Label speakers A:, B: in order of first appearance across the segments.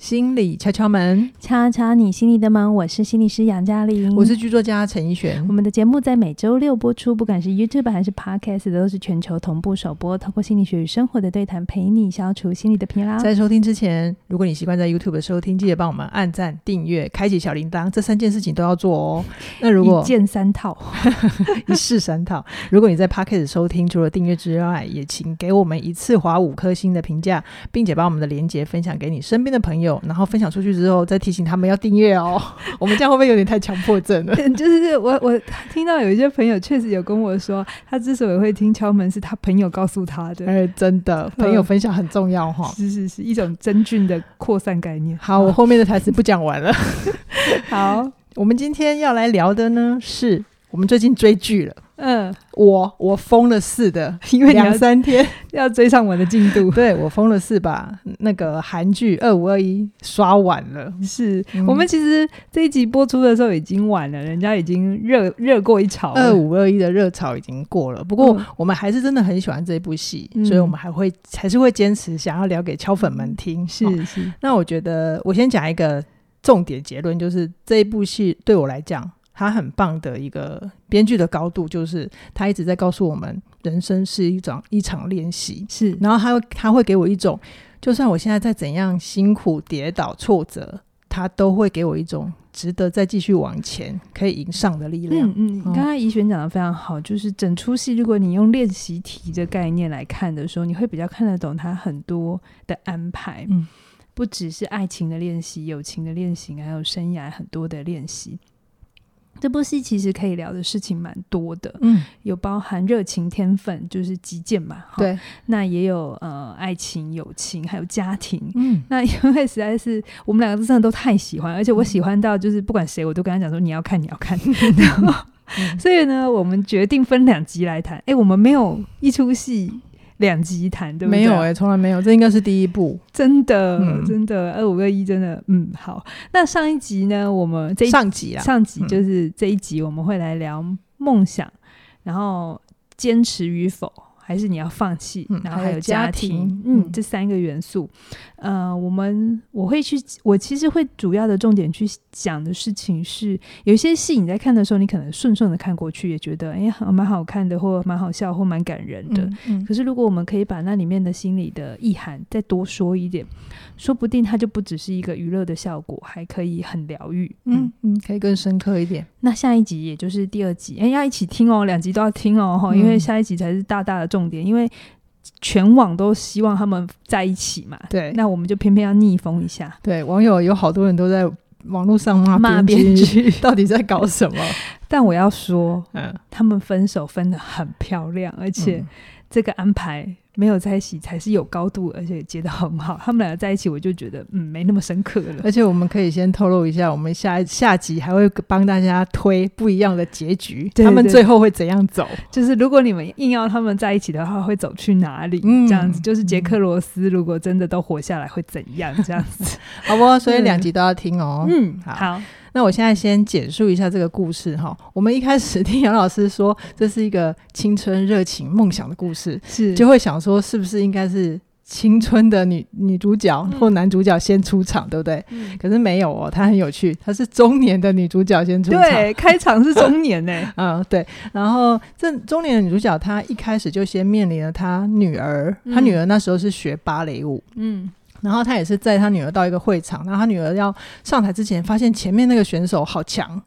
A: 心理敲敲门，
B: 敲敲你心里的门，我是心理师杨嘉玲，
A: 我是剧作家陈奕璇
B: 嗯我。们的节目在每周六播出，不管是 YouTube 还是 Podcast，都是全球同步首播。透过心理学与生活的对谈，陪你消除心理的疲劳。
A: 在收听之前，如果你习惯在 YouTube 的收听，记得帮我们按赞、订阅、开启小铃铛，这三件事情都要做 哦。那如
B: 一
A: 果
B: 键三套，
A: 一式三套，如果你在 Pocket 收听，除了订阅之外，也请给我们一次划五颗星的评价，并且把我们的链接分享给你身边的朋友，然后分享出去之后，再提醒他们要订阅 哦。我们这样会不会有点太强迫症了？
B: 就是我我听到有一些朋友确实有跟我说，他之所以会听敲门，是他朋友告诉他的，
A: 哎，真的，朋友分享很重要哈、
B: 是是是一种真菌的扩散概念。
A: 好，我后面的台词不讲完了。
B: 好，
A: 我们今天要来聊的呢，是我们最近追剧了，
B: 嗯，
A: 我我疯了似的，
B: 因为你要
A: 两三天，
B: 要追上我的进度。
A: 对我疯了似把那个韩剧二五二一刷完了。
B: 是、
A: 嗯
B: 我们其实这一集播出的时候已经晚了，人家已经热热过一潮了。
A: 二五二一的热潮已经过了，不过
B: 嗯
A: 我们还是真的很喜欢这部戏，
B: 嗯
A: 所以我们还会还是会坚持想要聊给敲粉们听。哦
B: 是是，
A: 那我觉得我先讲一个重点结论，就是这一部戏对我来讲，它很棒的一个编剧的高度，就是它一直在告诉我们，人生是一场一场练习，
B: 是
A: 然后它会它会给我一种，就算我现在再怎样辛苦、跌倒、挫折，它都会给我一种值得再继续往前、可以迎上的力量。
B: 嗯嗯，
A: 嗯
B: 刚刚怡璇讲的非常好，就是整出戏，如果你用练习题的概念来看的时候，你会比较看得懂它很多的安排。
A: 嗯，
B: 不只是爱情的练习、友情的练习，还有生涯很多的练习。这部戏其实可以聊的事情蛮多的，
A: 嗯，
B: 有包含热情、天分，就是极简嘛。哈，
A: 对，
B: 那也有呃爱情、友情，还有家庭。
A: 嗯，
B: 那 因为实在是我们两个真的都太喜欢，而且我喜欢到就是不管谁，我都跟他讲说你要看，你要 看。然后
A: 嗯
B: 所以呢，我们决定分两集来谈。哎、我们没有一出戏两集谈，对不对？
A: 没有哎、从来没有，这应该是第一部。
B: 真的，
A: 嗯
B: 真的，二五二一，真的，嗯，好。那上一集呢，我们这一
A: 上集啦，
B: 上集
A: 嗯
B: 就是这一集，我们会来聊梦想，然后坚持与否，还是你要放弃，
A: 嗯
B: 然后
A: 还有
B: 有
A: 家
B: 家
A: 庭
B: 嗯，
A: 嗯
B: 这三个元素。呃，我们我会去，我其实会主要的重点去讲的事情是，有一些戏你在看的时候，你可能顺顺的看过去，也觉得哎，好蛮好看的，或蛮好笑，或蛮感人的。
A: 嗯，嗯
B: 可是，如果我们可以把那里面的心理的意涵再多说一点，说不定它就不只是一个娱乐的效果，还可以很疗愈。
A: 嗯嗯，可以更深刻一点。
B: 那下一集也就是第二集，哎、要一起听哦，两集都要听哦，吼因为
A: 嗯
B: 下一集才是大大的重点，因为全网都希望他们在一起嘛。
A: 对，
B: 那我们就偏偏要逆风一下，
A: 对，网友有好多人都在网络上骂
B: 骂
A: 啊编
B: 编
A: 剧，
B: 剧。
A: 到底在搞什 么？
B: 但我要说，
A: 嗯，
B: 他们分手分得很漂亮，而且这个安排没有在一起才是有高度，而且结得很好。他们两个在一起，我就觉得嗯，没那么深刻了。
A: 而且我们可以先透露一下，我们下一下集还会帮大家推不一样的结局，
B: 对
A: 他们
B: 对
A: 最后会怎样走？
B: 就是如果你们硬要他们在一起的话，会走去哪里？
A: 嗯
B: 这样子，就是杰克罗斯如果真的都活下来会怎样？这样子，
A: 好不好？所以
B: 嗯
A: 两集都要听哦。
B: 嗯，
A: 好
B: 好，
A: 那我现在先简述一下这个故事哈。我们一开始听杨老师说这是一个青春热情梦想的故事，
B: 是
A: 就会想说是不是应该是青春的女女主角
B: 嗯
A: 或男主角先出场，对不对？
B: 嗯
A: 可是没有哦，她很有趣，她是中年的女主角先出场。
B: 对，开场是中年呢、
A: 嗯，对。然后这中年的女主角，她一开始就先面临了她女儿，
B: 嗯
A: 她女儿那时候是学芭蕾舞，
B: 嗯，
A: 然后她也是在她女儿到一个会场，然后她女儿要上台之前，发现前面那个选手好强，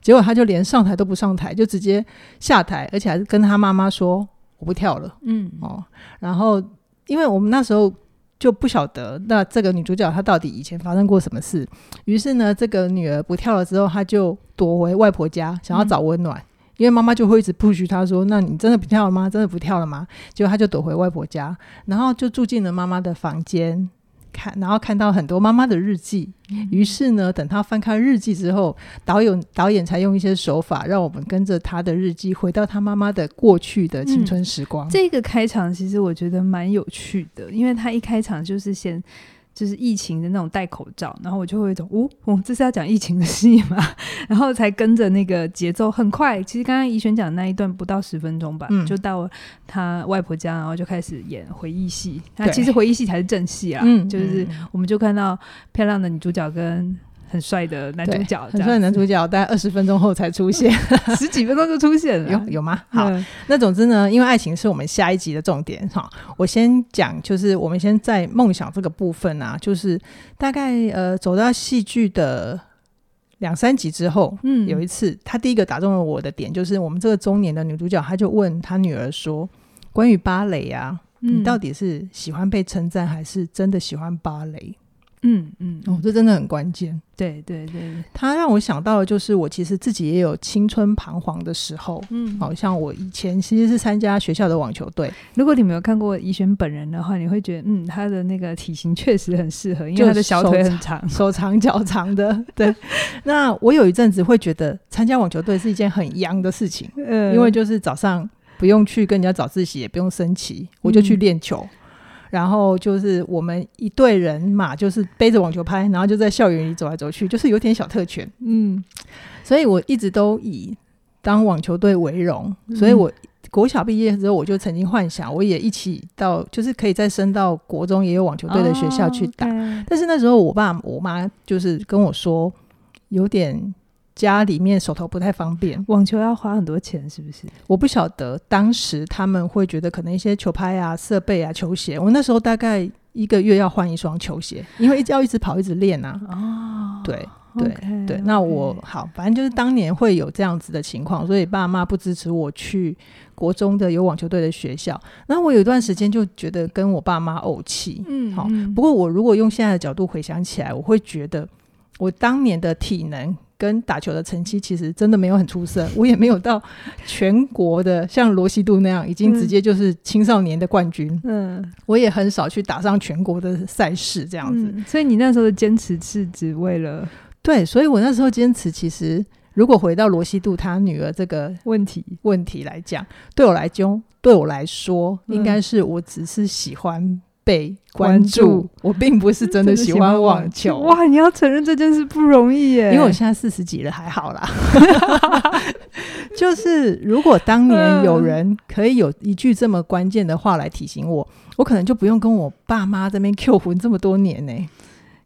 A: 结果她就连上台都不上台，就直接下台，而且还是跟她妈妈说我不跳了。
B: 嗯，
A: 哦，然后因为我们那时候就不晓得那这个女主角她到底以前发生过什么事，于是呢，这个女儿不跳了之后，她就躲回外婆家，想要找温暖。因为妈妈就会一直 push 她说：“那你真的不跳了吗？真的不跳了吗？”结果她就躲回外婆家，然后就住进了妈妈的房间，看，然后看到很多妈妈的日记。于是呢，等她翻开日记之后，导演导演才用一些手法让我们跟着她的日记回到她妈妈的过去的青
B: 嗯
A: 春时光。
B: 这个开场其实我觉得蛮有趣的，因为他一开场就是先就是疫情的那种戴口罩，然后我就会有一种，哦，我、这是要讲疫情的戏嘛， 然后才跟着那个节奏很快。其实刚刚怡璇讲的那一段不到十分钟吧，
A: 嗯
B: 就到他外婆家，然后就开始演回忆戏。那
A: 对
B: 其实回忆戏才是正戏啊，
A: 嗯，
B: 就是
A: 嗯
B: 我们就看到漂亮的女主角跟很帅的男主角，
A: 很帅的男主角，大概二十分钟后才出 现，
B: 角十几分钟就出现了，
A: 有有吗？好，
B: 啊嗯
A: 那总之呢，因为爱情是我们下一集的重点哈。我先讲，就是我们先在梦想这个部分啊，就是大概呃走到戏剧的两三集之后，
B: 嗯
A: 有一次他第一个打中了我的点，就是我们这个中年的女主角，她就问她女儿说，关于芭蕾啊，
B: 嗯
A: 你到底是喜欢被称赞，还是真的喜欢芭蕾？
B: 嗯嗯
A: 哦
B: 嗯，，
A: 这真的很关键。
B: 对对对，
A: 它让我想到的就是，我其实自己也有青春彷徨的时候。
B: 嗯
A: 好像我以前其实是参加学校的网球队，
B: 如果你没有看过怡璇本人的话，你会觉得，嗯，她的那个体型确实很适合，因为
A: 就
B: 她的小腿
A: 手
B: 很长。
A: 手长脚长的。 对，那我有一阵子会觉得参加网球队是一件很洋的事情，
B: 呃
A: 因为就是早上不用去跟人家早自习，也不用升旗，我就去
B: 嗯
A: 练球。然后就是我们一队人嘛，就是背着网球拍，然后就在校园里走来走去，就是有点小特权。
B: 嗯
A: 所以我一直都以当网球队为荣，
B: 嗯
A: 所以我国小毕业之后，我就曾经幻想，我也一起到，就是可以再升到国中也有网球队的学校去打。
B: 哦，OK
A: 但是那时候我爸我妈就是跟我说，有点家里面手头不太方便，
B: 网球要花很多钱，是不是？
A: 我不晓得当时他们会觉得可能一些球拍啊、设备啊、球鞋，我那时候大概一个月要换一双球鞋，因为一直要一直跑一直练啊，
B: 哦，
A: 对。对
B: OK，OK，
A: 对，那我好，反正就是当年会有这样子的情况，所以爸妈不支持我去国中的有网球队的学校。那我有一段时间就觉得跟我爸妈怄气。
B: 嗯
A: 好
B: 嗯
A: 不过我如果用现在的角度回想起来，我会觉得我当年的体能跟打球的成绩其实真的没有很出色，我也没有到全国的像罗西度那样已经直接就是青少年的冠军，
B: 嗯
A: 我也很少去打上全国的赛事这
B: 这
A: 样子。
B: 嗯所以你那时候的坚持是只为了
A: 对，所以我那时候坚持，其实如果回到罗西度他女儿这个
B: 问题，
A: 问题来讲，对我来讲，对我来说，
B: 嗯
A: 应该是我只是喜欢被关注，
B: 关注
A: 我并不是真的喜欢网球。
B: 哇！你要承认这件事不容易耶，
A: 因为我现在四十几了，还好啦。 就是如果当年有人可以有一句这么关键的话来提醒我，我可能就不用跟我爸妈这边 Q 魂这么多年呢、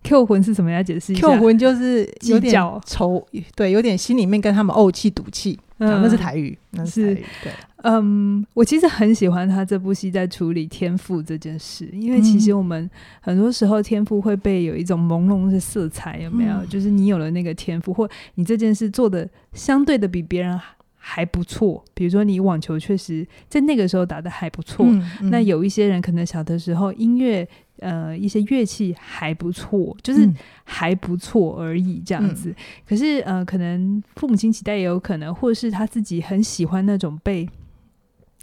B: Q 魂是什么？要解释一下。
A: Q 魂就是有
B: 计
A: 点啊
B: 较
A: 仇，对，有点心里面跟他们怄气赌气，啊
B: 嗯
A: 那是台语，那是
B: 是
A: 台语，对，
B: 嗯，我其实很喜欢他这部戏在处理天赋这件事，因为其实
A: 嗯
B: 我们很多时候天赋会被有一种朦胧的色彩，有没有？
A: 嗯
B: 就是你有了那个天赋，或你这件事做的相对的比别人还不错，比如说你网球确实在那个时候打的还不错，
A: 嗯
B: 那
A: 嗯
B: 有一些人可能小的时候音乐。呃，一些乐器还不错，就是
A: 嗯
B: 还不错而已，这样子。可是呃，可能父母亲期待也有可能，或者是他自己很喜欢那种被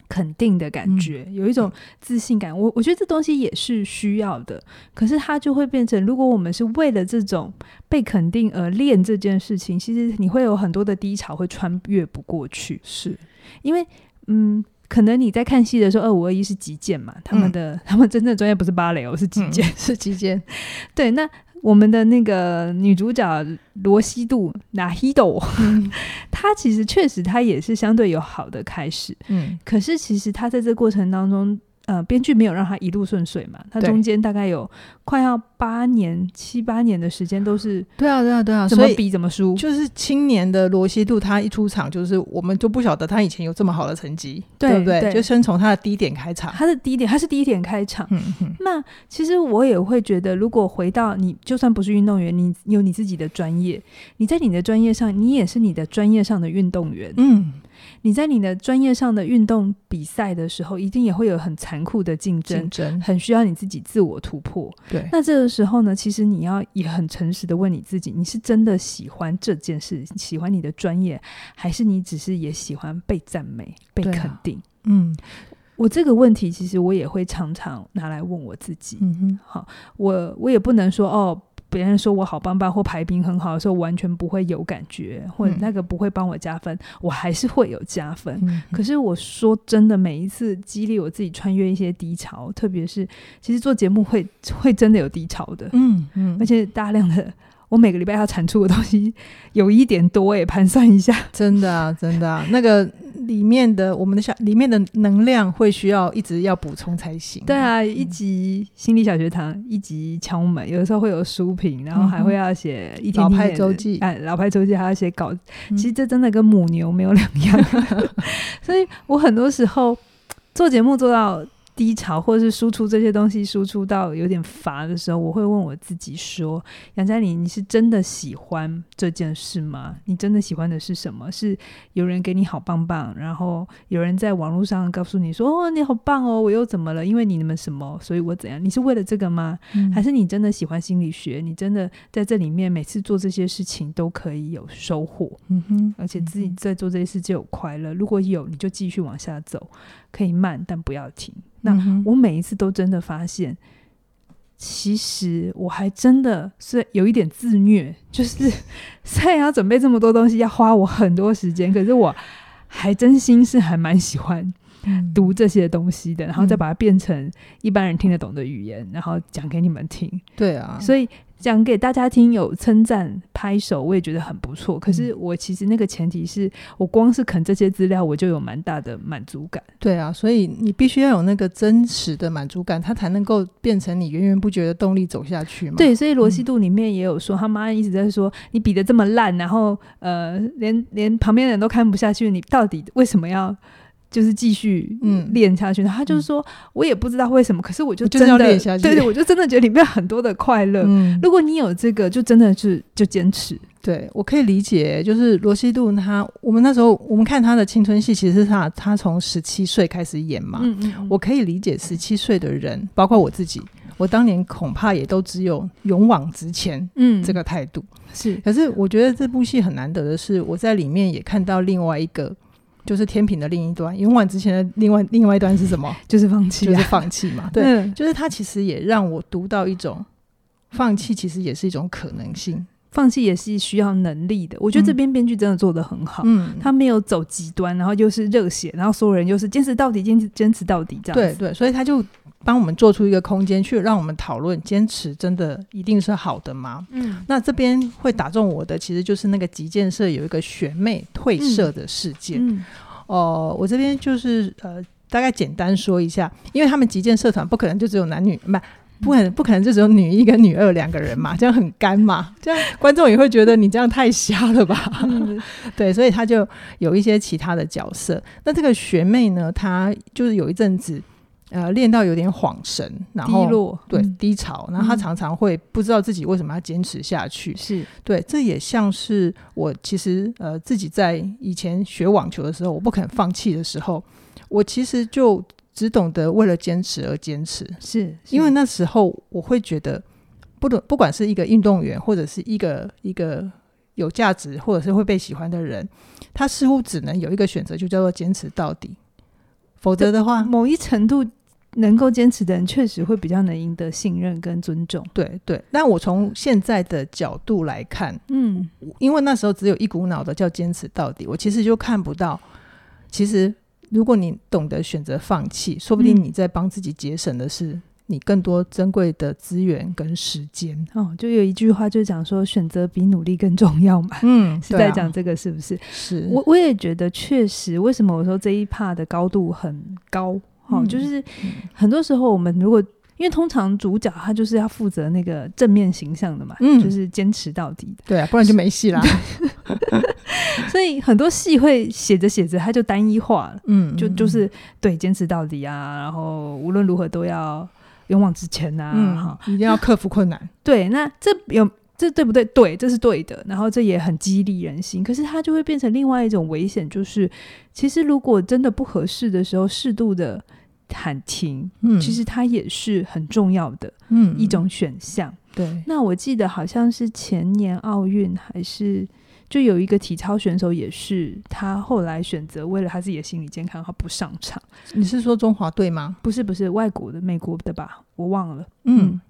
B: 肯定的
A: 嗯
B: 感觉，有一种自信感。我我觉得这东西也是需要的，可是它就会变成，如果我们是为了这种被肯定而练这件事情，其实你会有很多的低潮会穿越不过去，
A: 是
B: 因为嗯。可能你在看戏的时候，二五二一是击剑嘛？他们
A: 嗯
B: 的、他们真正的专业不是芭蕾哦，是击
A: 嗯
B: 剑。
A: 是击剑，
B: 对，那我们的那个女主角罗西度拿希斗，
A: 嗯
B: 她其实确实她也是相对有好的开始，
A: 嗯
B: 可是其实她在这过程当中，呃，编剧没有让她一路顺遂嘛，她
A: 对
B: 中间大概有快要八年、七八年的时间都是
A: 对啊，对啊，对啊，
B: 怎么
A: 所以
B: 比怎么输，
A: 就是青年的罗西度，他一出场就是我们就不晓得他以前有这么好的成绩，
B: 对
A: 不对？
B: 对
A: 就先从他的低点开场，
B: 她的低点，她是低点开场。
A: 嗯嗯
B: 那其实我也会觉得，如果回到你，就算不是运动员，你你有你自己的专业，你在你的专业上，你也是你的专业上的运动员。
A: 嗯，
B: 你在你的专业上的运动比赛的时候，一定也会有很残酷的竞
A: 竞
B: 争，
A: 争，
B: 很需要你自己自我突破。
A: 对，
B: 那这个时候呢，其实你要也很诚实的问你自己：你是真的喜欢这件事，喜欢你的专业，还是你只是也喜欢被赞美、被
A: 对啊
B: 肯定？
A: 嗯
B: 我这个问题，其实我也会常常拿来问我自己。
A: 嗯哼，
B: 好，我我也不能说哦。别人说我好棒棒或排名很好的时候，我完全不会有感觉，或者
A: 嗯
B: 那个不会帮我加分，我还是会有加分。
A: 嗯
B: 可是我说真的，每一次激励我自己穿越一些低潮，特别是其实做节目会会真的有低潮的，
A: 嗯嗯
B: 而，且大量的，我每个礼拜要产出的东西有一点多诶，盘算一下，
A: 真的啊，真的啊，那个里面的我们的小里面的能量会需要一直要补充才行。
B: 对，啊，
A: 嗯
B: 一集心理小学堂，一集敲门，有的时候会有书评，然后还会要写一
A: 嗯
B: 天
A: 老
B: 天
A: 派
B: 的
A: 周记
B: 哎，老派周记还要写稿，
A: 嗯
B: 其实这真的跟母牛没有两 样，所以我很多时候做节目做到。低潮，或者是输出这些东西，输出到有点乏的时候，我会问我自己说：“杨嘉玲，你是真的喜欢这件事吗？你真的喜欢的是什么？是有人给你好棒棒，然后有人在网络上告诉你说：‘哦，你好棒哦，我又怎么了？因为你们什么，所以我怎样？’你是为了这个吗？
A: 嗯
B: 还是你真的喜欢心理学？你真的在这里面每次做这些事情都可以有收获，
A: 嗯哼，
B: 而且自己
A: 嗯
B: 在做这些事就有快乐。如果有，你就继续往下走，可以慢，但不要停。那
A: 嗯哼
B: 我每一次都真的发现，其实我还真的是有一点自虐，就是 虽然要准备这么多东西，要花我很多时间，可是我还真心是还蛮喜欢
A: 嗯
B: 读这些东西的，然后再
A: 嗯
B: 把它变成一般人听得懂的语言，然后讲给你们听。
A: 对啊，
B: 所以讲给大家听，有称赞、拍手，我也觉得很不错。可
A: 嗯
B: 是我其实那个前提是我光是啃这些资料，我就有蛮大的满足感。
A: 对啊，所以你必须要有那个真实的满足感，它才能够变成你源源不绝的动力走下去嘛。
B: 对，所以罗
A: 嗯
B: 西度里面也有说，他妈一直在说你比的这么烂，然后呃，连连旁边人都看不下去，你到底为什么要？就是继续
A: 嗯
B: 练下去，然后他就是说，我也不知道为什么，可是我就
A: 我就
B: 真
A: 是
B: 的
A: 要练下去
B: 对对，我就真的觉得里面很多的快乐。
A: 嗯，
B: 如果你有这个，就真的是就坚持。
A: 对我可以理解，就是罗西度他，我们那时候我们看他的青春戏，其实是他他从十七岁开始演嘛，
B: 嗯嗯，
A: 我可以理解十七岁的人，包括我自己，我当年恐怕也都只有勇往直前
B: 嗯
A: 这个态度。
B: 是
A: 可是我觉得这部戏很难得的是，我在里面也看到另外一个，就是天平的另一端，勇往直前的另外另外一端是什么？
B: 就是放弃
A: 就
B: 啊，
A: 是放弃 嘛。对，
B: 嗯
A: 就是他其实也让我读到一种放
B: 嗯
A: 弃，其实也是一种可能性。
B: 放弃也是需要能力的。我觉得这边编剧真的做得很好，
A: 嗯，
B: 哦他没有走极端，然后又是热血，然后所有人又是坚持到底，坚持坚持到底这样
A: 对
B: 子。
A: 对，所以他就帮我们做出一个空间，去让我们讨论坚持真的一定是好的吗？
B: 嗯
A: 那这边会打中我的，其实就是那个极建社有一个学妹退社的事件。
B: 嗯
A: 哦、我这边就是呃，大概简单说一下，因为他们极建社团不可能就只有男女，不。不
B: 嗯
A: 可能，不可能就只有女一跟女二两个人嘛，这样很干嘛？这样观众也会觉得你这样太瞎了吧？
B: 嗯
A: 对，所以他就有一些其他的角色。那这个学妹呢，她就是有一阵子，呃，练到有点恍神， 然
B: 低
A: 后
B: 落
A: 对
B: 嗯
A: 低潮，然后她
B: 嗯
A: 常常会不知道自己为什么要坚持下去，
B: 是
A: 对，这也像是我其实呃自己在以前学网球的时候，我不肯放弃的时候，我其实就只懂得为了坚持而坚持，
B: 是，
A: 因为那时候我会觉得，不论不管是一个运动员或者是一个一个有价值或者是会被喜欢的人，他似乎只能有一个选择，就叫做坚持到底，否则的话，
B: 某一程度能够坚持的人，确实会比较能赢得信任跟尊重。
A: 对对。但我从现在的角度来看，
B: 嗯
A: 因为那时候只有一股脑的叫坚持到底，我其实就看不到。其实，如果你懂得选择放弃，说不定
B: 嗯
A: 你在帮自己节省的是你更多珍贵的资源跟时间。
B: 哦，就有一句话就讲说，选择比努力更重要嘛，
A: 嗯，
B: 是在讲这个是不是？
A: 是
B: 我我也觉得确实，为什么我说这一趴的高度很高？哈、
A: 嗯
B: 就是很多时候我们如果因为通常主角他就是要负责那个正面形象的嘛，
A: 嗯
B: 就是坚持到底
A: 对啊，不然就没戏啦。
B: 的，所以很多戏会写着写着他就单一化了，
A: 嗯，
B: 就就是对坚持到底啊，然后无论如何都要勇往直前啊，
A: 嗯
B: 哈，，
A: 一定要克服困 难。
B: 对，那这有。这对不对？对，这是对的。然后这也很激励人心。可是它就会变成另外一种危险，就是其实如果真的不合适的时候，适度的喊停，
A: 嗯，
B: 其实它也是很重要的
A: 嗯
B: 一种选项。
A: 对，
B: 那我记得好像是前年奥运还是。就有一个体操选手，也是他后来选择为了他自己的心理健康，他不上场。
A: 你是说中华队吗？
B: 不是不是外国的，美国的吧，我忘了。
A: 嗯，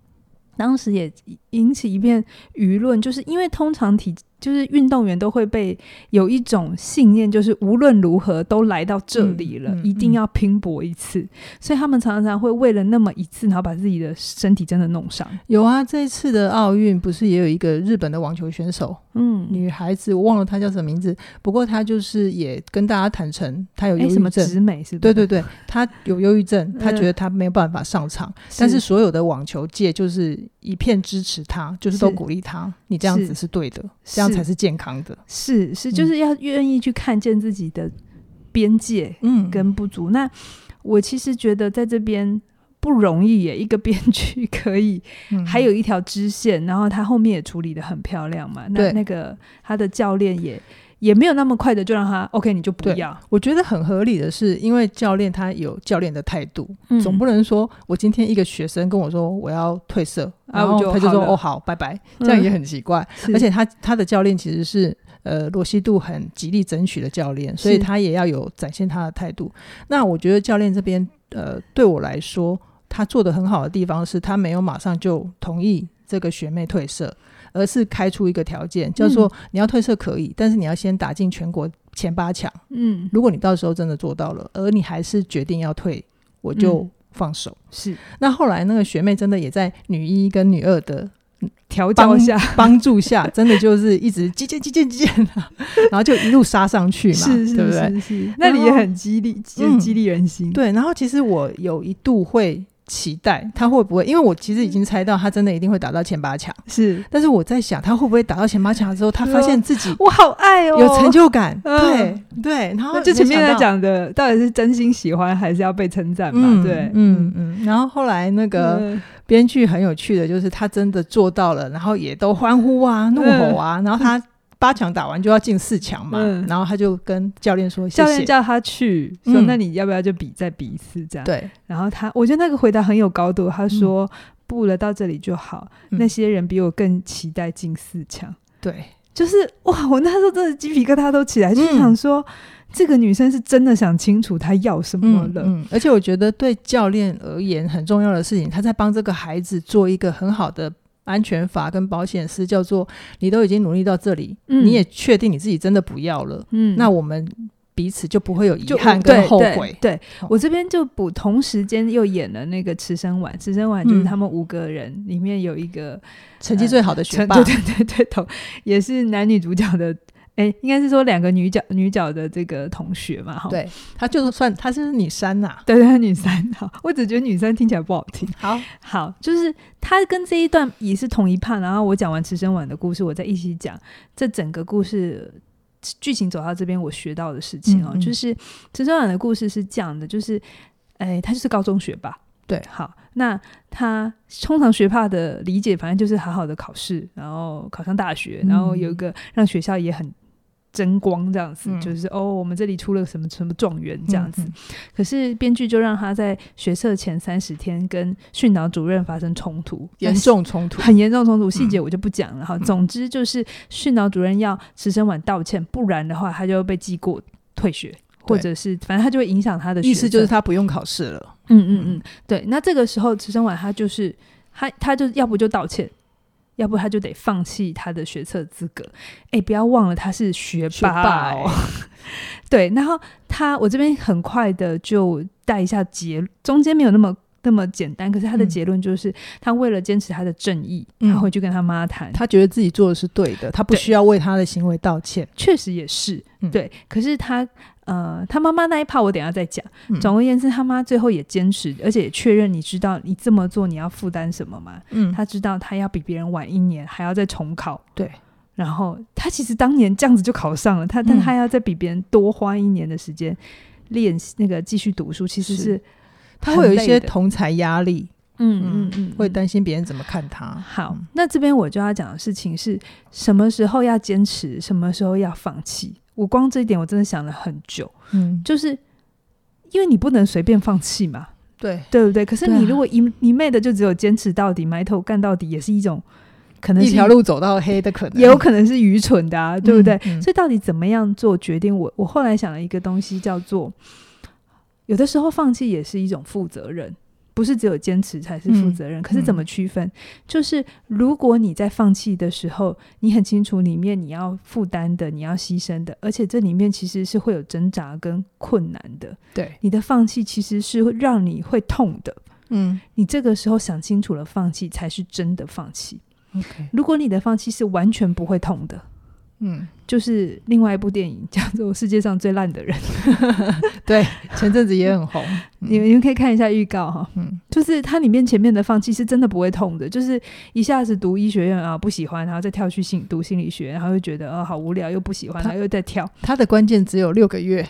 B: 当时也引起一片舆论，就是因为通常体就是运动员都会被有一种信念，就是无论如何都来到这里了，
A: 嗯嗯
B: 一定要拼搏一次，所以他们常常会为了那么一次，然后把自己的身体真的弄伤。
A: 有啊，这一次的奥运不是也有一个日本的网球选手，
B: 嗯，
A: 女孩子，我忘了她叫什么名字，不过她就是也跟大家坦诚，她有忧
B: 哎，什么
A: 郁症。
B: 直美是不
A: 对
B: 是？
A: 对对，她有忧郁症，她
B: 嗯
A: 觉得她没有办法上场，但是所有的网球界就是一片支持她，就是都
B: 是
A: 鼓励她，你这样
B: 是
A: 子是对的，这样才是健康的。
B: 是是，就是要愿意去看见自己的边界
A: 嗯，
B: 跟不足。那我其实觉得在这边不容易耶，一个编剧 可以
A: 嗯
B: 还有一条支线，然后他后面也处理的很漂亮嘛。那
A: 对
B: 那个他的教练也也没有那么快的就让他 OK，你就不
A: 对
B: 要，
A: 我觉得很合理的是，因为教练他有教练的态度，
B: 嗯
A: 总不能说我今天一个学生跟我说我要褪色，
B: 啊
A: 然
B: 我
A: 后
B: 就
A: 他就
B: 好
A: 说
B: 了嗯
A: 哦好，拜拜，这样也很奇怪。
B: 是
A: 而且他他的教练其实是呃罗西度很极力争取的教练，所以
B: 是
A: 他也要有展现他的态度。那我觉得教练这边呃对我来说，他做的很好的地方是他没有马上就同意这个学妹退社，而是开出一个条件，叫做
B: 嗯
A: 你要退社可以，但是你要先打进全国前八强。
B: 嗯
A: 如果你到时候真的做到了，而你还是决定要退，我就
B: 嗯
A: 放手。
B: 是
A: 那后来那个学妹真的也在女一跟女二的
B: 调教一下，
A: 帮助下，真的就是一直击剑击剑击剑啊，然后就一路杀上去嘛，
B: 是
A: 对
B: 是
A: 不对？
B: 是是，那里也很激励，激
A: 嗯
B: 激励人心。
A: 对，然后其实我有一度会期待他会不会，因为我其实已经猜到他真的一定会打到前八强，
B: 是
A: 但是我在想他会不会打到前八强之后，他发现自己
B: 我好爱哦，
A: 有成。就感，
B: 嗯
A: 对对，然后
B: 那就前面
A: 没
B: 在
A: 想到。
B: 讲的，到底是真心喜欢还是要被称赞嘛？
A: 嗯，
B: 对，
A: 嗯嗯，然后后来那个
B: 嗯
A: 编剧很有趣的，就是他真的做到了，然后也都欢呼啊、怒吼啊，然后他八强打完就要进四强嘛，
B: 嗯
A: 然后他就跟教练说谢
B: 教练
A: 谢。
B: 叫他去，说
A: 嗯
B: 那你要不要就比再比一次这样？
A: 对，
B: 然后他，我觉得那个回答很有高度。他说：“不了，到这里就好。
A: 嗯
B: 那些人比我更期待进四强。
A: 对，”
B: 就是哇，我那时候真的鸡皮疙瘩都起来，就
A: 嗯
B: 想说，这个女生是真的想清楚她要什么
A: 嗯
B: 了。
A: 嗯，而且我觉得对教练而言很重要的事情，他在帮这个孩子做一个很好的安全法跟保险丝，叫做你都已经努力到这里，
B: 嗯
A: 你也确定你自己真的不要了，
B: 嗯
A: 那我们彼此就不会有遗
B: 就
A: 憾
B: 对
A: 跟后
B: 对
A: 悔。
B: 对
A: 哦
B: 我这边就补，同时间又演了那个池生晚，池生晚就是
A: 嗯
B: 他们五个人里面有一个
A: 成绩最好的学
B: 嗯成
A: 霸
B: 对，对对对同也是男女主角的，哎，应该是说两个女角女角的这个同学嘛，哈。
A: 对他就算他是女三呐、嗯
B: 对对，女三好，我只觉得女三听起来不好听。
A: 好，
B: 好，就是他跟这一段也是同一判，然后我讲完池生晚的故事，我再一起讲这整个故事呃剧情走到这边我学到的事情哦，
A: 嗯嗯
B: 就是池生晚的故事是这样的，就是哎，他就是高中学霸。
A: 对
B: 好，那他通常学霸的理解，反正就是好好的考试，然后考上大学，然后有一个让学校也很争光这样子，
A: 嗯
B: 就是哦，我们这里出了什么什么状元这样子，
A: 嗯
B: 可是编剧就让他在学测前三十天跟训导主任发生冲突，
A: 严 重冲突。
B: 很严重
A: 嗯
B: 冲突，细节我就不讲了哈。总之就是训导主任要池生晚道歉，不然的话他就会被记过退学。或者是，反正他就会影响他的学
A: 意思就是
B: 测，
A: 他不用考试了。
B: 嗯嗯嗯，对。那这个时候，池生晚他就是他，他就要不就道歉，要不他就得放弃他的学测资格。哎，不要忘了他是学
A: 学霸
B: 哦
A: 哦，
B: 对，然后他我这边很快的就带一下结，中间没有那么那么简单，可是他的
A: 嗯
B: 结论就是，他为了坚持他的正义，
A: 嗯
B: 他回去跟他妈谈，
A: 他觉得自己做的是对的，他不
B: 对
A: 需要为他的行为道歉。
B: 确实也是、
A: 嗯
B: 对，可是他呃，他妈妈那一趴我等一下再讲。
A: 嗯
B: 总而言之，他妈最后也坚持，而且也确认，你知道你这么做你要负担什么吗？
A: 嗯，
B: 他知道他要比别人晚一年，还要再重考。
A: 对。
B: 然后他其实当年这样子就考上了，他
A: 嗯
B: 但他要再比别人多花一年的时间练习那个继续读书，其实
A: 是
B: 是
A: 他会有一
B: 很累
A: 些
B: 的
A: 同才压力，
B: 嗯嗯嗯，
A: 会
B: 的。
A: 担心别人怎么看他。
B: 好
A: 嗯，
B: 那这边我就要讲的事情是什么时候要坚持，什么时候要放弃。我光这一点我真的想了很久，
A: 嗯，
B: 就是因为你不能随便放弃嘛，
A: 对，
B: 对不对？可是
A: 对啊
B: 你如果一一昧的就只有坚持到底，埋头干到底，也是一种可能
A: 一
B: 是
A: 条路走到黑的可能
B: 也有可嗯能是愚蠢的啊，对不对？
A: 啊嗯嗯
B: 所以到底怎么样做决定？我我后来想了一个东西，叫做有的时候放弃也是一种负责任。不是只有坚持才是负
A: 嗯
B: 责任，可是怎么区分？就是如果你在放弃的时候，你很清楚里面你要负担的、你要牺牲的，而且这里面其实是会有挣扎跟困难的。
A: 对，
B: 你的放弃其实是会让你会痛的。
A: 嗯
B: 你这个时候想清楚了，放弃才是真的放弃。
A: ，OK，
B: 如果你的放弃是完全不会痛的，
A: 嗯，
B: 就是另外一部电影叫做《世界上最烂的人》，
A: 对，前阵子也很红，嗯
B: 你们你们可以看一下预告哈。
A: 嗯
B: 就是它里面前面的放弃是真的不会痛的，就是一下子读医学院啊不喜欢，然后再跳去心读心理学，然后又觉得哦好无聊又不喜欢，
A: 他
B: 然后又再跳。
A: 他的关键只有六个 月，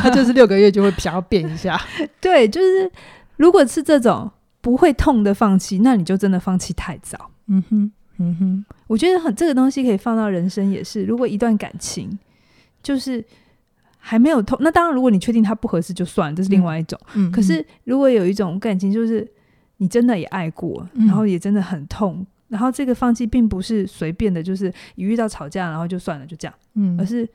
A: 他就是六个月就会想要变一下，
B: 对，就是如果是这种不会痛的放弃，那你就真的放弃太早。
A: 嗯哼，嗯哼，
B: 我觉得很这个东西可以放到人生也是，如果一段感情就是还没有痛，那当然如果你确定它不合适就算了，这是另外一种。
A: 嗯，
B: 可是如果有一种感情，就是你真的也爱过，
A: 嗯
B: 然后也真的很痛，然后这个放弃并不是随便的，就是一遇到吵架然后就算了就这样，
A: 嗯，
B: 而
A: 嗯，
B: 是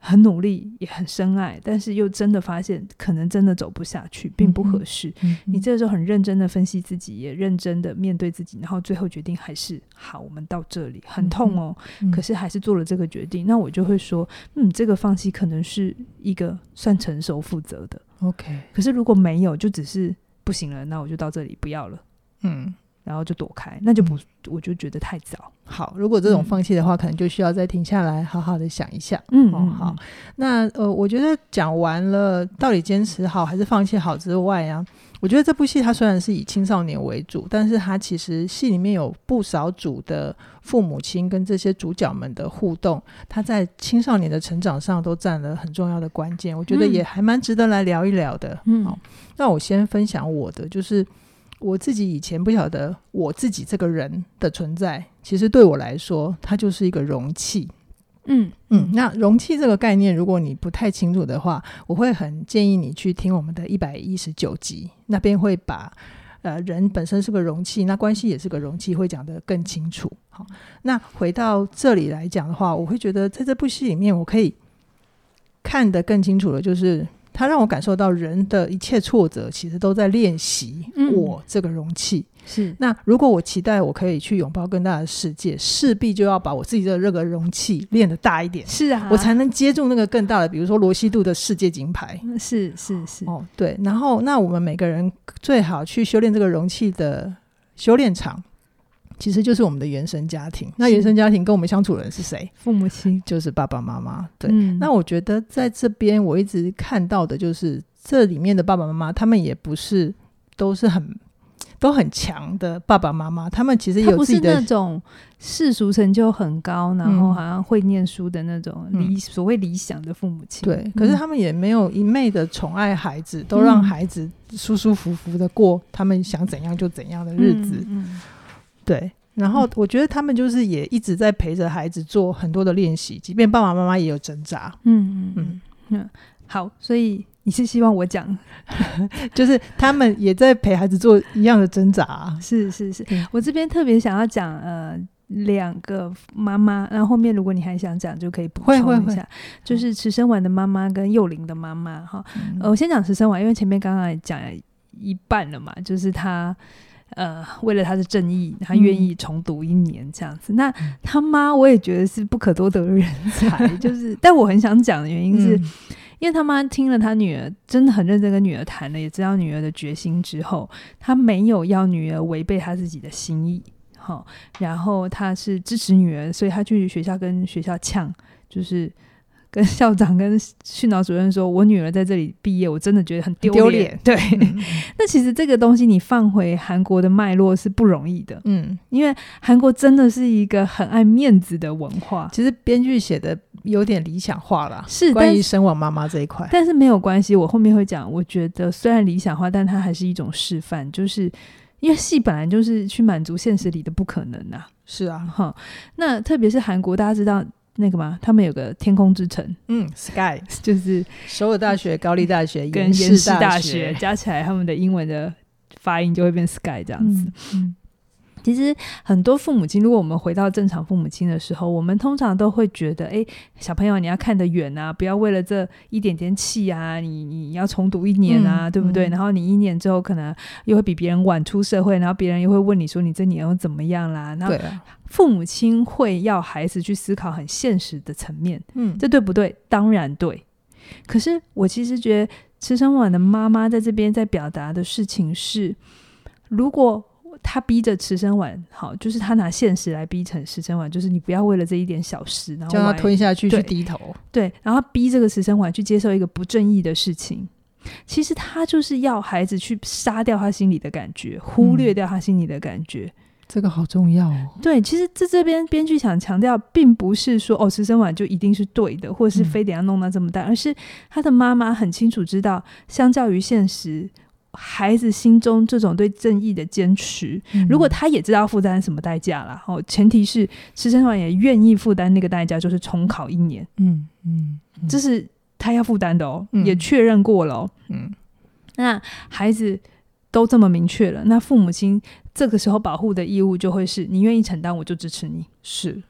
B: 很努力也很深爱，但是又真的发现可能真的走不下去，并不合适。
A: 嗯
B: 你这个时候很认真的分析自己，也认真的面对自己，然后最后决定还是好，我们到这里很痛哦，
A: 嗯
B: 可是还是做了这个决定。那我就会说，嗯，这个放弃可能是一个算成熟负责的。
A: OK，
B: 可是如果没有，就只是不行了，那我就到这里不要了，
A: 嗯。
B: 然后就躲开，那就不，我就觉得太早。
A: 好，如果这种
B: 嗯
A: 放弃的话，可能就需要再停下来，好好的想一下。
B: 嗯
A: 哦，好，那呃，我觉得讲完了到底坚持好还是放弃好之外啊，我觉得这部戏它虽然是以青少年为主，但是它其实戏里面有不少组的父母亲跟这些主角们的互动，它在青少年的成长上都占了很重要的关键，我觉得
B: 嗯
A: 也还蛮值得来聊一聊的。
B: 嗯
A: 好那我先分享我的，就是我自己以前不晓得我自己这个人的存在，其实对我来说，它就是一个容器。
B: 嗯
A: 嗯，那容器这个概念，如果你不太清楚的话，我会很建议你去听我们的一百一十九集，那边会把呃人本身是个容器，那关系也是个容器，会讲得更清楚。好，那回到这里来讲的话，我会觉得在这部戏里面，我可以看得更清楚的，就是它让我感受到人的一切挫折，其实都在练习
B: 嗯
A: 我这个容器。
B: 是
A: 那如果我期待我可以去拥抱更大的世界，势必就要把我自己的这个容器练得大一点，
B: 是啊，
A: 我才能接住那个更大的，比如说罗西度的世界金牌。
B: 嗯是是是，
A: 哦，对，然后那我们每个人最好去修炼这个容器的修炼场，其实就是我们的原生家庭。那原生家庭跟我们相处的人是谁？
B: 父母亲
A: 就是爸爸妈妈。对，
B: 嗯
A: 那我觉得在这边我一直看到的就是这里面的爸爸妈妈，他们也不是都是很都很强的爸爸妈妈，他们其实也
B: 他
A: 有
B: 不
A: 自己
B: 是那
A: 的
B: 种世俗成就很高，然后
A: 嗯
B: 好像会念书的那种
A: 嗯
B: 理、所谓理想的父母亲。
A: 对，可是
B: 嗯
A: 他们也没有一昧的宠爱孩子，都让
B: 嗯
A: 孩子舒舒服服的过他们想怎样就怎样的日子。
B: 嗯
A: 对，然后
B: 嗯
A: 我觉得他们就是也一直在陪着孩子做很多的练习，即便爸爸妈妈也有挣扎，
B: 嗯嗯嗯
A: 嗯
B: 嗯，好，所以你是希望我讲
A: 嗯就是他们也在陪孩子做一样的挣扎啊。
B: 是是是
A: 对，
B: 我这边特别想要讲呃两个妈妈，然后后面如果你还想讲，就可以补充
A: 会
B: 一下，
A: 会
B: 就是池生丸的妈妈跟幼玲的妈妈哈。
A: 嗯
B: 呃，我先讲池生丸，因为前面刚刚也讲了一半了嘛，就是她呃，为了她的正义，她
A: 嗯
B: 愿意重读一年这样子。那她妈我也觉得是不可多得的人 才，就是，但我很想讲的原因是，
A: 嗯
B: 因为他妈听了他女儿真的很认真跟女儿谈了，也知道女儿的决心之后，他没有要女儿违背他自己的心意，好、然后他是支持女儿，所以他去学校跟学校呛，就是跟校长跟训导主任说，我女儿在这里毕业，我真的觉得很丢
A: 丢
B: 脸
A: 脸。
B: 对，
A: 嗯
B: 那其实这个东西你放回韩国的脉络是不容易的，
A: 嗯，
B: 因为韩国真的是一个很爱面子的文化。
A: 其实编剧写的有点理想化了，
B: 是，但
A: 关
B: 是
A: 于生亡妈妈这一块。
B: 但是没有关系，我后面会讲。我觉得虽然理想化，但它还是一种示范，就是因为戏本来就是去满足现实里的不可能呐、
A: 是啊，
B: 哈，那特别是韩国，大家知道那个吗？他们有个天空之城，
A: 嗯，Sky
B: 就是
A: 首尔大学、高丽大学、
B: 跟延
A: 世
B: 世大
A: 学，
B: 加起来，他们的英文的发音就会变 sky 这样子。
A: 嗯
B: 其实很多父母亲，如果我们回到正常父母亲的时候，我们通常都会觉得，哎，小朋友你要看得远啊，不要为了这一点点气啊，你你要重读一年啊，
A: 嗯
B: 对不对？
A: 嗯
B: 然后你一年之后可能又会比别人晚出社会，然后别人又会问你说你这年又怎么样啦？那
A: 对啊，
B: 父母亲会要孩子去思考很现实的层面，
A: 嗯，
B: 这对不对？当然对。可是我其实觉得，池生婉的妈妈在这边在表达的事情是，如果她逼着池生婉，好，就是她拿现实来逼成池生婉，就是你不要为了这一点小事，然后
A: 叫他
B: 玩
A: 吞下去
B: 对
A: 去低头，
B: 对，然后逼这个池生婉去接受一个不正义的事情。其实她就是要孩子去杀掉他心里的感觉，忽略
A: 嗯
B: 掉他心里的感觉。
A: 这个好重要哦。
B: 对，其实这这边编剧想强调，并不是说哦，池生晚就一定是对的，或是
A: 嗯
B: 非得要弄到这么大，而是他的妈妈很清楚知道，相较于现实，孩子心中这种对正义的坚持，
A: 嗯
B: 如果他也知道负担什么代价啦，哦，前提是池生晚也愿意负担那个代价，就是重考一年，
A: 嗯嗯嗯
B: 这是他要负担的哦，
A: 嗯
B: 也确认过了、哦。
A: 嗯
B: 那孩子都这么明确了，那父母亲这个时候保护的义务就会是你愿意承担，我就支持你。
A: 是，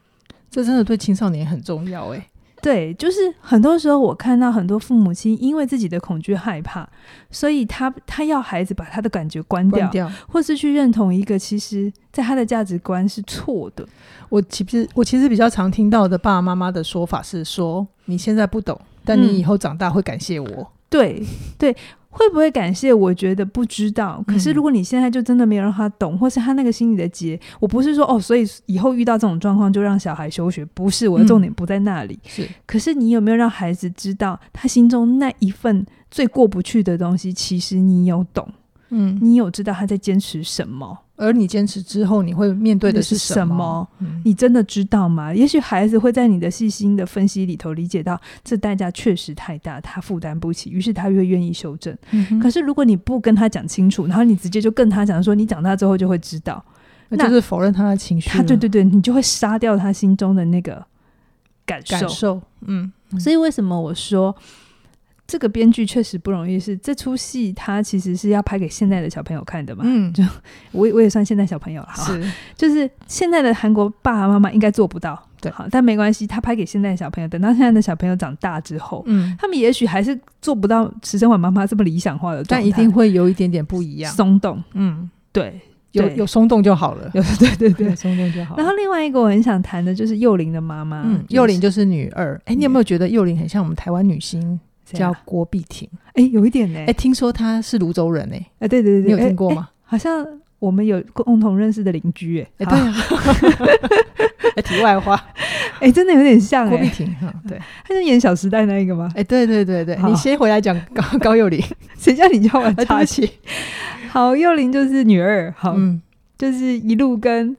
A: 这真的对青少年很重要哎。
B: 对，就是很多时候我看到很多父母亲因为自己的恐惧害怕，所以他他要孩子把他的感觉关掉，
A: 关掉。
B: 或是去认同一个其实在他的价值观是错的。
A: 我其实我其实比较常听到的爸爸妈妈的说法是说，你现在不懂，但
B: 嗯
A: 你以后长大会感谢我。
B: 对对，会不会感谢？我觉得不知道。可
A: 嗯
B: 是如果你现在就真的没有让他懂，或是他那个心里的结，我不是说哦，所以以后遇到这种状况就让小孩休学，不是我的
A: 嗯
B: 重点不在那里。
A: 是，
B: 可是你有没有让孩子知道，他心中那一份最过不去的东西，其实你有懂？
A: 嗯，
B: 你有知道他在坚持什么？
A: 而你坚持之后，你会面对的
B: 是
A: 什么？
B: 么？
A: 嗯
B: 你真的知道吗？也许孩子会在你的细心的分析里头理解到，这代价确实太大，他负担不起，于是他越愿意修正。
A: 嗯哼
B: 可是如果你不跟他讲清楚，然后你直接就跟他讲说，你长大之后就会知道，
A: 那就是否认他的情绪
B: 他
A: 了，
B: 对对对，你就会杀掉他心中的那个感受。
A: 感受，嗯，嗯
B: 所以为什么我说这个编剧确实不容易是？这出戏它其实是要拍给现在的小朋友看的嘛。
A: 嗯，
B: 就我也我也算现在小朋友了，哈，
A: 是
B: 就是现在的韩国爸爸妈妈应该做不到，
A: 对
B: 好，但没关系，他拍给现在的小朋友，等到现在的小朋友长大之后，
A: 嗯，
B: 他们也许还是做不到池生婉妈妈这么理想化的 状
A: 但
B: 态，
A: 一定会有一点点不一样，
B: 松动，
A: 嗯，
B: 对，
A: 有
B: 对
A: 有松动就好了，
B: 有对对 对
A: 有。松动就好了。
B: 然后另外一个我很想谈的就是幼龄的妈妈，
A: 嗯，
B: 啊就是
A: 幼玲就是女二。哎，你有
B: 女
A: 没有觉得幼玲很像我们台湾女星
B: 谁
A: 叫
B: 啊
A: 郭碧婷？
B: 哎有一点呢，
A: 哎，听说她是泸州人哎，
B: 哎对对对，
A: 你有
B: 哎
A: 听过
B: 哎
A: 吗？
B: 好像我们有共同认识的邻居、哎，
A: 哎，对啊， 哎题外话，
B: 好，哎，真的有点像、
A: 郭碧
B: 哎，
A: 婷哈，对，
B: 他就演《小时代》那一个吗？
A: 哎，对对对对，
B: 好
A: 你先回来讲高高幼 玲，
B: 谁叫你叫 我
A: 哎，对
B: 插
A: 不
B: 曲？
A: 起，
B: 好，幼玲就是女二，好，
A: 嗯，
B: 就是一路跟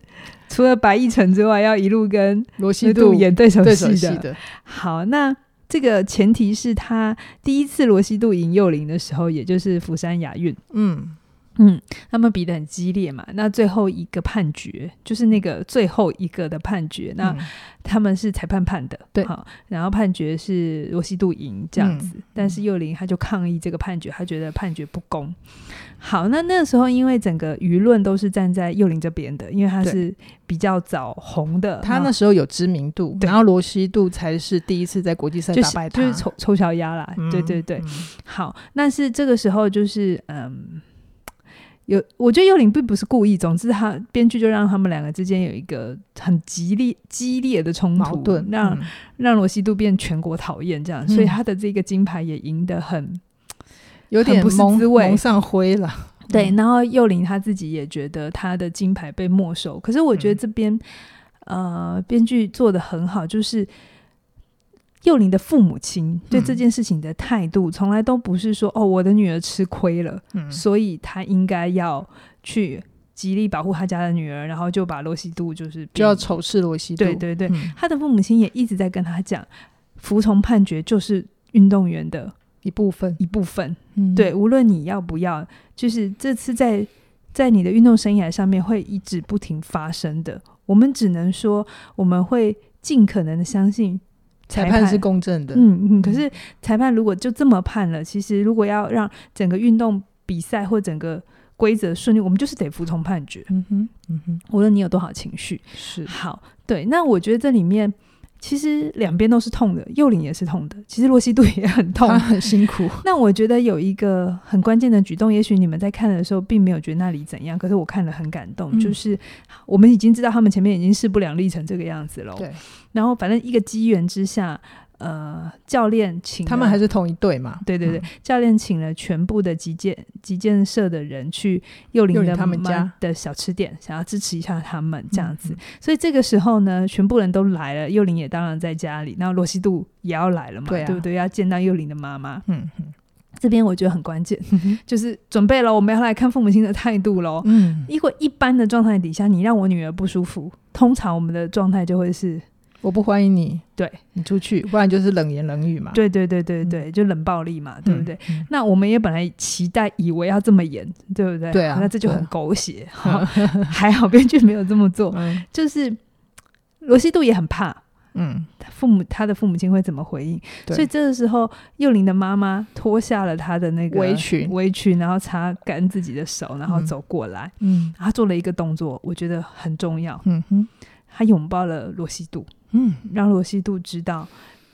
B: 除了白亦辰之外，要一路跟
A: 罗西
B: 西
A: 度
B: 度演对手
A: 对
B: 戏
A: 手戏
B: 的。
A: 的，
B: 好，那这个前提是他第一次罗西度赢幼玲的时候，也就是釜山亚运。
A: 嗯
B: 嗯，他们比得很激烈嘛。那最后一个判决就是那个最后一个的判决，那
A: 嗯
B: 他们是裁判判的，
A: 对嗯
B: 好，然后判决是罗西度赢这样子，但是幼林他就抗议这个判决，他觉得判决不公。好，那那时候因为整个舆论都是站在幼林这边的，因为他
A: 对
B: 是比较早红的，
A: 他那
B: 然后
A: 时候有知名度，
B: 对
A: 然后罗西度才是第一次在国际赛
B: 就
A: 打
B: 是
A: 败他，
B: 就是丑丑小鸭啦，
A: 嗯
B: 对对对，，
A: 嗯
B: 好，但是这个时候就是嗯。有，我觉得幽灵并不是故意，总之他编剧就让他们两个之间有一个很激烈、激烈的冲突，
A: 矛盾
B: 让
A: 嗯
B: 让罗西度变全国讨厌这样，所
A: 嗯
B: 以他的这个金牌也赢得很
A: 有点
B: 不是
A: 蒙
B: 滋味
A: 蒙上灰了，
B: 对。
A: 嗯
B: 然后幼玲她自己也觉得她的金牌被没收，可是我觉得
A: 嗯
B: 这边、呃编剧做的很好，就是。幼玲的父母亲对这
A: 嗯
B: 件事情的态度，从来都不是说哦，我的女儿吃亏了，
A: 嗯
B: 所以他应该要去极力保护他家的女儿，然后就把罗西度就是
A: 就要
B: 逼
A: 仇视罗西度，
B: 对对对，
A: 嗯
B: 他的父母亲也一直在跟他讲，服从判决就是运动员的
A: 一部分，
B: 一部分。
A: 嗯
B: 对，无论你要不要，就是这次在在你的运动生涯上面会一直不停发生的。我们只能说，我们会尽可能的相信
A: 裁判是公正的，
B: 嗯嗯，可是裁判如果就这么判了，其实如果要让整个运动比赛或整个规则顺利，我们就是得服从判决，
A: 嗯哼，嗯哼，
B: 无论你有多少情绪。
A: 是
B: 好，对，那我觉得这里面其实两边都是痛的，幼龄也是痛的，其实洛西度也很痛。
A: 他很辛 苦，
B: 那我觉得有一个很关键的举动，也许你们在看的时候并没有觉得那里怎样，可是我看了很感动，
A: 嗯
B: 就是我们已经知道他们前面已经势不两立成这个样子了，
A: 对
B: 然后反正一个机缘之下，呃，教练请了
A: 他们还是嗯同一队嘛，
B: 对对对，教练请了全部的击剑击剑社的人去幼林
A: 幼林
B: 的
A: 他们
B: 妈
A: 家
B: 的小吃店，想要支持一下他们这样子。
A: 嗯
B: 所以这个时候呢，全部人都来了，幼林也当然在家里，那罗西度也要来了嘛，
A: 对啊
B: 不对？要见到幼林的妈妈，
A: 嗯嗯
B: 这边我觉得很关键，
A: 哼
B: 就是准备了，我们要来看父母亲的态度喽。
A: 嗯，
B: 如果一般的状态底下，你让我女儿不舒服，通常我们的状态就会是，
A: 我不欢迎你，
B: 对
A: 你出去，不然就是冷言冷语嘛，
B: 对对对对对，就冷暴力嘛，对不
A: 啊嗯
B: 对？？
A: 嗯
B: 那我们也本来期待以为要这么演，对不对？
A: 对啊
B: 那这就
A: 对
B: 很
A: 啊
B: 狗血。哈还好编剧没有这么做，
A: 嗯
B: 就是罗西度也很怕
A: 嗯，
B: 他父母他的父母亲会怎么回应，
A: 对
B: 所以这个时候幼林的妈妈脱下了她的那个
A: 围裙
B: 围裙，然后擦干自己的手，然后
A: 嗯
B: 走过来，
A: 嗯
B: 她做了一个动作，我觉得很重要，
A: 嗯哼，
B: 她拥抱了罗西度，
A: 嗯
B: 让罗西度知道，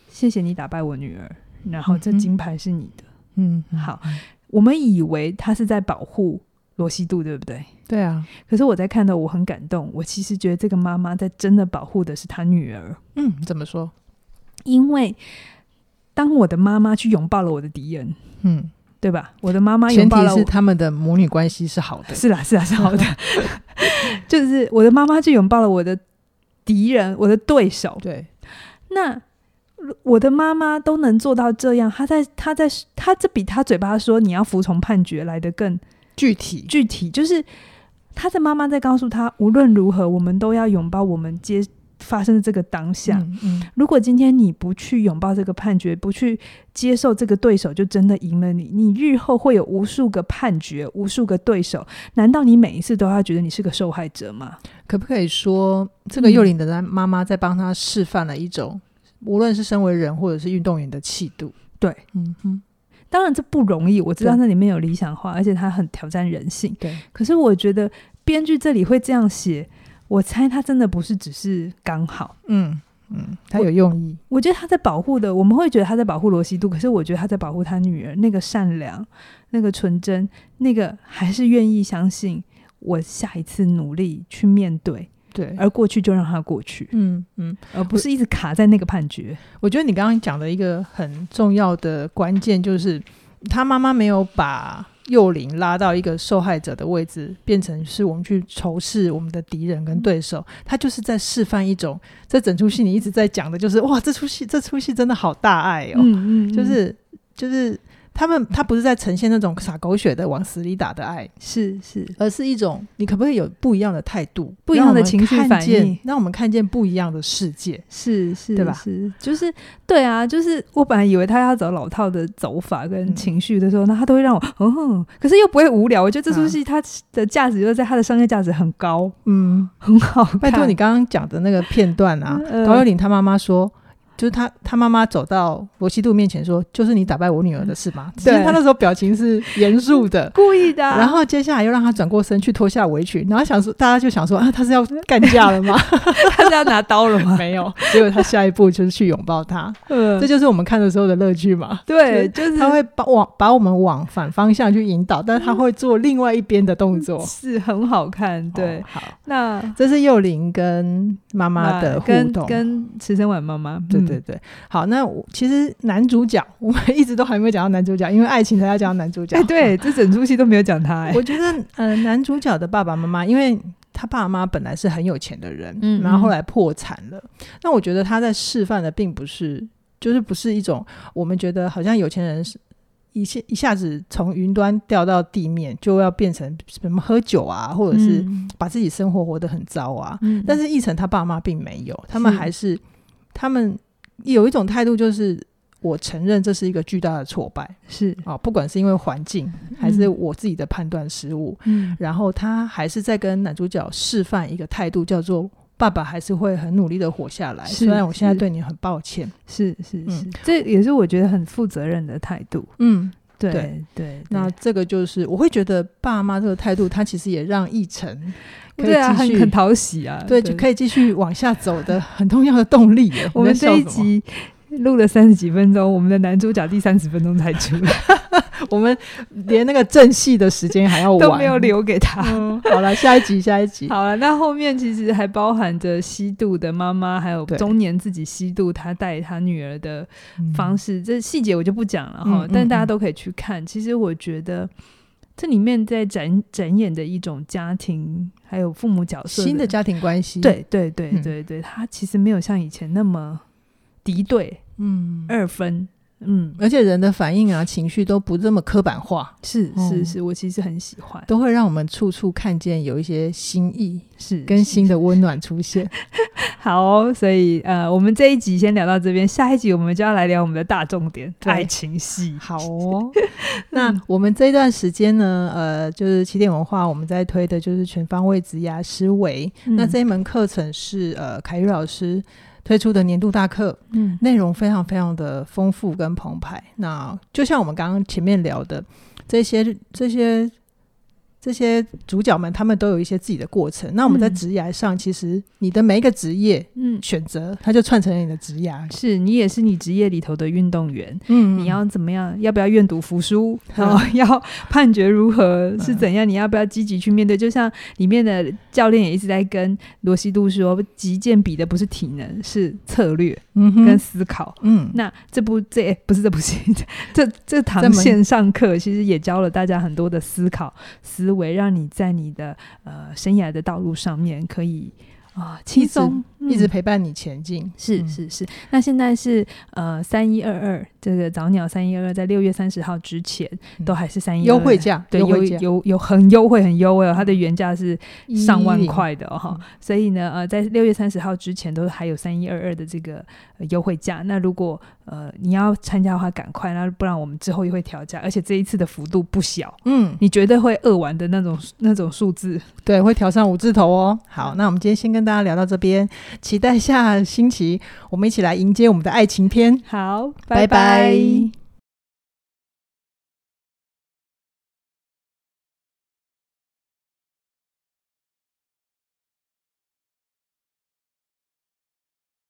B: 谢谢你打败我女儿，然后这
A: 嗯哼
B: 金牌是你的。
A: 嗯，嗯
B: 好，我们以为他是在保护罗西度，对不对？
A: 对啊，
B: 可是我在看到我很感动，我其实觉得这个妈妈在真的保护的是她女儿，
A: 嗯，怎么说？
B: 因为当我的妈妈去拥抱了我的敌人，
A: 嗯，
B: 对吧？我的妈妈拥
A: 前
B: 抱
A: 提
B: 了我
A: 是他们的母女关系是好的，
B: 是啦是啦是好的， 就是我的妈妈去拥抱了我的敌人，我的对手。
A: 对，
B: 那我的妈妈都能做到这样，她在她在她这比她嘴巴说你要服从判决来的更
A: 具体
B: 具体就是他的妈妈在告诉他，无论如何，我们都要拥抱我们接发生的这个当下。
A: 嗯嗯
B: 如果今天你不去拥抱这个判决，不去接受这个对手，就真的赢了你。你日后会有无数个判决，无数个对手。难道你每一次都要觉得你是个受害者吗？
A: 可不可以说，这个幼龄的妈妈在帮他示范了一种，无论是身为人或者是运动员的气度？
B: 对，
A: 嗯哼，
B: 当然这不容易，我知道
A: 对
B: 那里面有理想化，而且它很挑战人性。
A: 对，
B: 可是我觉得编剧这里会这样写，我猜他真的不是只是刚好。
A: 嗯嗯，他有用意，
B: 我觉得他在保护的，我们会觉得他在保护罗西度，可是我觉得他在保护他女儿那个善良、那个纯真、那个还是愿意相信我下一次努力去面对，
A: 对，
B: 而过去就让它过去，
A: 嗯嗯，
B: 而不是一直卡在那个判决。
A: 我觉得你刚刚讲的一个很重要的关键就是，他妈妈没有把。幼龄拉到一个受害者的位置，变成是我们去仇视我们的敌人跟对手，他就是在示范一种。这整出戏你一直在讲的就是，哇，这出戏这出戏真的好大爱哦。
B: 嗯嗯，
A: 就是就是他们他不是在呈现那种撒狗血的往死里打的爱，
B: 是是，
A: 而是一种你可不可以有不一样的态度，
B: 不一样
A: 让我
B: 的
A: 们
B: 情绪
A: 看
B: 反
A: 见
B: 应
A: 让我们看见不一样的世界。
B: 是是，
A: 对吧
B: 是，就是对啊，就是我本来以为他要走老套的走法跟
A: 嗯
B: 情绪的时候，那他都会让我哦，可是又不会无聊。我觉得这出
A: 啊
B: 戏它的价值就是在它的商业价值很高，
A: 嗯，
B: 很好看。
A: 拜托你刚刚讲的那个片段 啊，
B: 嗯
A: 高幽灵他妈妈说。就是他，他妈妈走到罗西度面前说：“就是你打败我女儿的事 吗？”其
B: 对，
A: 实他那时候表情是严肃的
B: 故意的啊、
A: 然后接下来又让他转过身去脱下围裙，然后想说，大家就想说啊，他是要干架了吗？
B: 他是要拿刀了 吗？
A: 没有，结果他下一步就是去拥抱他，
B: 嗯
A: 这，就是我们看的时候的乐趣嘛。
B: 对，就是
A: 他会把往把我们往反方向去引导，但是他会做另外一边的动作。
B: 是 很好看。对，
A: 哦好，
B: 那
A: 嗯这是幼林跟妈妈的互
B: 跟
A: 动。
B: 跟池生婉妈妈，
A: 对
B: 嗯
A: 对，对，好，那我其实男主角我们一直都还没有讲到男主角，因为爱情才要讲到男主角。
B: 哎，，对，这整出戏都没有讲他，哎，
A: 我觉得 呃，男主角的爸爸妈妈，因为他爸妈本来是很有钱的人，
B: 嗯
A: 然后后
B: 嗯
A: 来破产了。那我觉得他在示范的并不是，就是不是一种我们觉得好像有钱人是。一下一下子从云端掉到地面，就要变成什么喝酒啊，或者是
B: 嗯，
A: 把自己生活活得很糟啊。
B: 嗯
A: 但是奕晨他爸妈并没有，他们
B: 是
A: 还是他们有一种态度，就是我承认这是一个巨大的挫败，
B: 是，
A: 啊，不管是因为环境还是
B: 嗯
A: 我自己的判断失误，
B: 嗯，
A: 然后他还是在跟男主角示范一个态度，叫做爸爸还是会很努力的活下来，
B: 是
A: 虽然我现在
B: 是
A: 对你很抱歉。
B: 是是
A: 嗯
B: 是，这也是我觉得很负责任的态度。
A: 嗯，
B: 对
A: 对
B: 对，
A: 那这个就是我会觉得爸妈这个态度，他其实也让奕 晨可以
B: 对啊，
A: 继
B: 很
A: 续
B: 很讨喜啊，
A: 对，就可以继续往下走的很重要的动 力耶。
B: 我
A: 你
B: 们
A: 在
B: 这
A: 笑
B: 一
A: 什么，
B: 集录了三十几分钟，我们的男主角第三十分钟 才出来，
A: 我们连那个正戏的时间还要晚 哦
B: 都没有。留给他。
A: 嗯，好了，下一集，下一集。
B: 好了，那后面其实还包含着吸毒的妈妈，还有
A: 对
B: 中年自己吸毒，她带她女儿的方
A: 嗯
B: 式，这细节我就不讲了哈，
A: 嗯嗯
B: 但大家
A: 嗯
B: 都可以去看。其实我觉得这里面在展展演的一种家庭，还有父母角色
A: 新的家庭关系，，
B: 对对对
A: 嗯
B: 对对，他其实没有像以前那么敌对
A: 嗯，
B: 二分，嗯，
A: 而且人的反应啊、情绪都不这么刻板化，
B: 是
A: 哦
B: 是是，我其实很喜欢，
A: 都会让我们处处看见有一些新意
B: 是
A: 跟
B: 是
A: 新的温暖出现。
B: 好哦、所以呃，我们这一集先聊到这边，下一集我们就要来聊我们的大重点——
A: 对
B: 爱情 戏。
A: 好哦， 那我们这段时间呢，呃，就是起点文化我们在推的就是全方位职涯思维。
B: 嗯
A: 那这一门课程是呃凯宇老师推出的年度大课，
B: 嗯
A: 内容非常非常的丰富跟澎湃。那就像我们刚刚前面聊的，这些这些这些主角们，他们都有一些自己的过程。那我们在
B: 嗯
A: 职涯上，其实你的每一个职业
B: 嗯，
A: 选择，它就串成了你的职啊涯。
B: 是你也是你职业里头的运动员，
A: 嗯
B: 你要怎么样？要不要愿赌服 输？
A: 嗯
B: 然后要判决如何是怎样？你要不要积极去面对？就像里面的教练也一直在跟罗西度说，击剑比的不是体能，是策略
A: 嗯
B: 跟
A: 哼，
B: 思考。
A: 嗯，
B: 那这部这、诶不是这部戏，这这
A: 这
B: 堂
A: 门
B: 线上课其实也教了大家很多的思考思维，让你在你的呃生涯的道路上面可以啊、轻松，
A: 一直
B: 嗯
A: 陪伴你前进。
B: 是
A: 嗯
B: 是是，那现在是呃三一二二这个早鸟三一二二，在六月三十号之前
A: 嗯
B: 都还是三一
A: 优惠。价，
B: 对，
A: 优
B: 有
A: 惠价
B: 有有很优惠，很优惠哦，它的原价是上万
A: 110
B: 块的哦哈、
A: 嗯
B: 所以呢，呃，在六月三十号之前都还有三一二二的这个呃优惠价。那如果呃你要参加的话，赶快，那不然我们之后也会调价，而且这一次的幅度不小，
A: 嗯，
B: 你绝对会饿完的那种那种数字。
A: 对，会调上五字头哦。好，
B: 嗯
A: 那我们今天先跟大家聊到这边，期待下星期我们一起来迎接我们的爱情篇，
B: 好，
A: 拜
B: 拜
A: 拜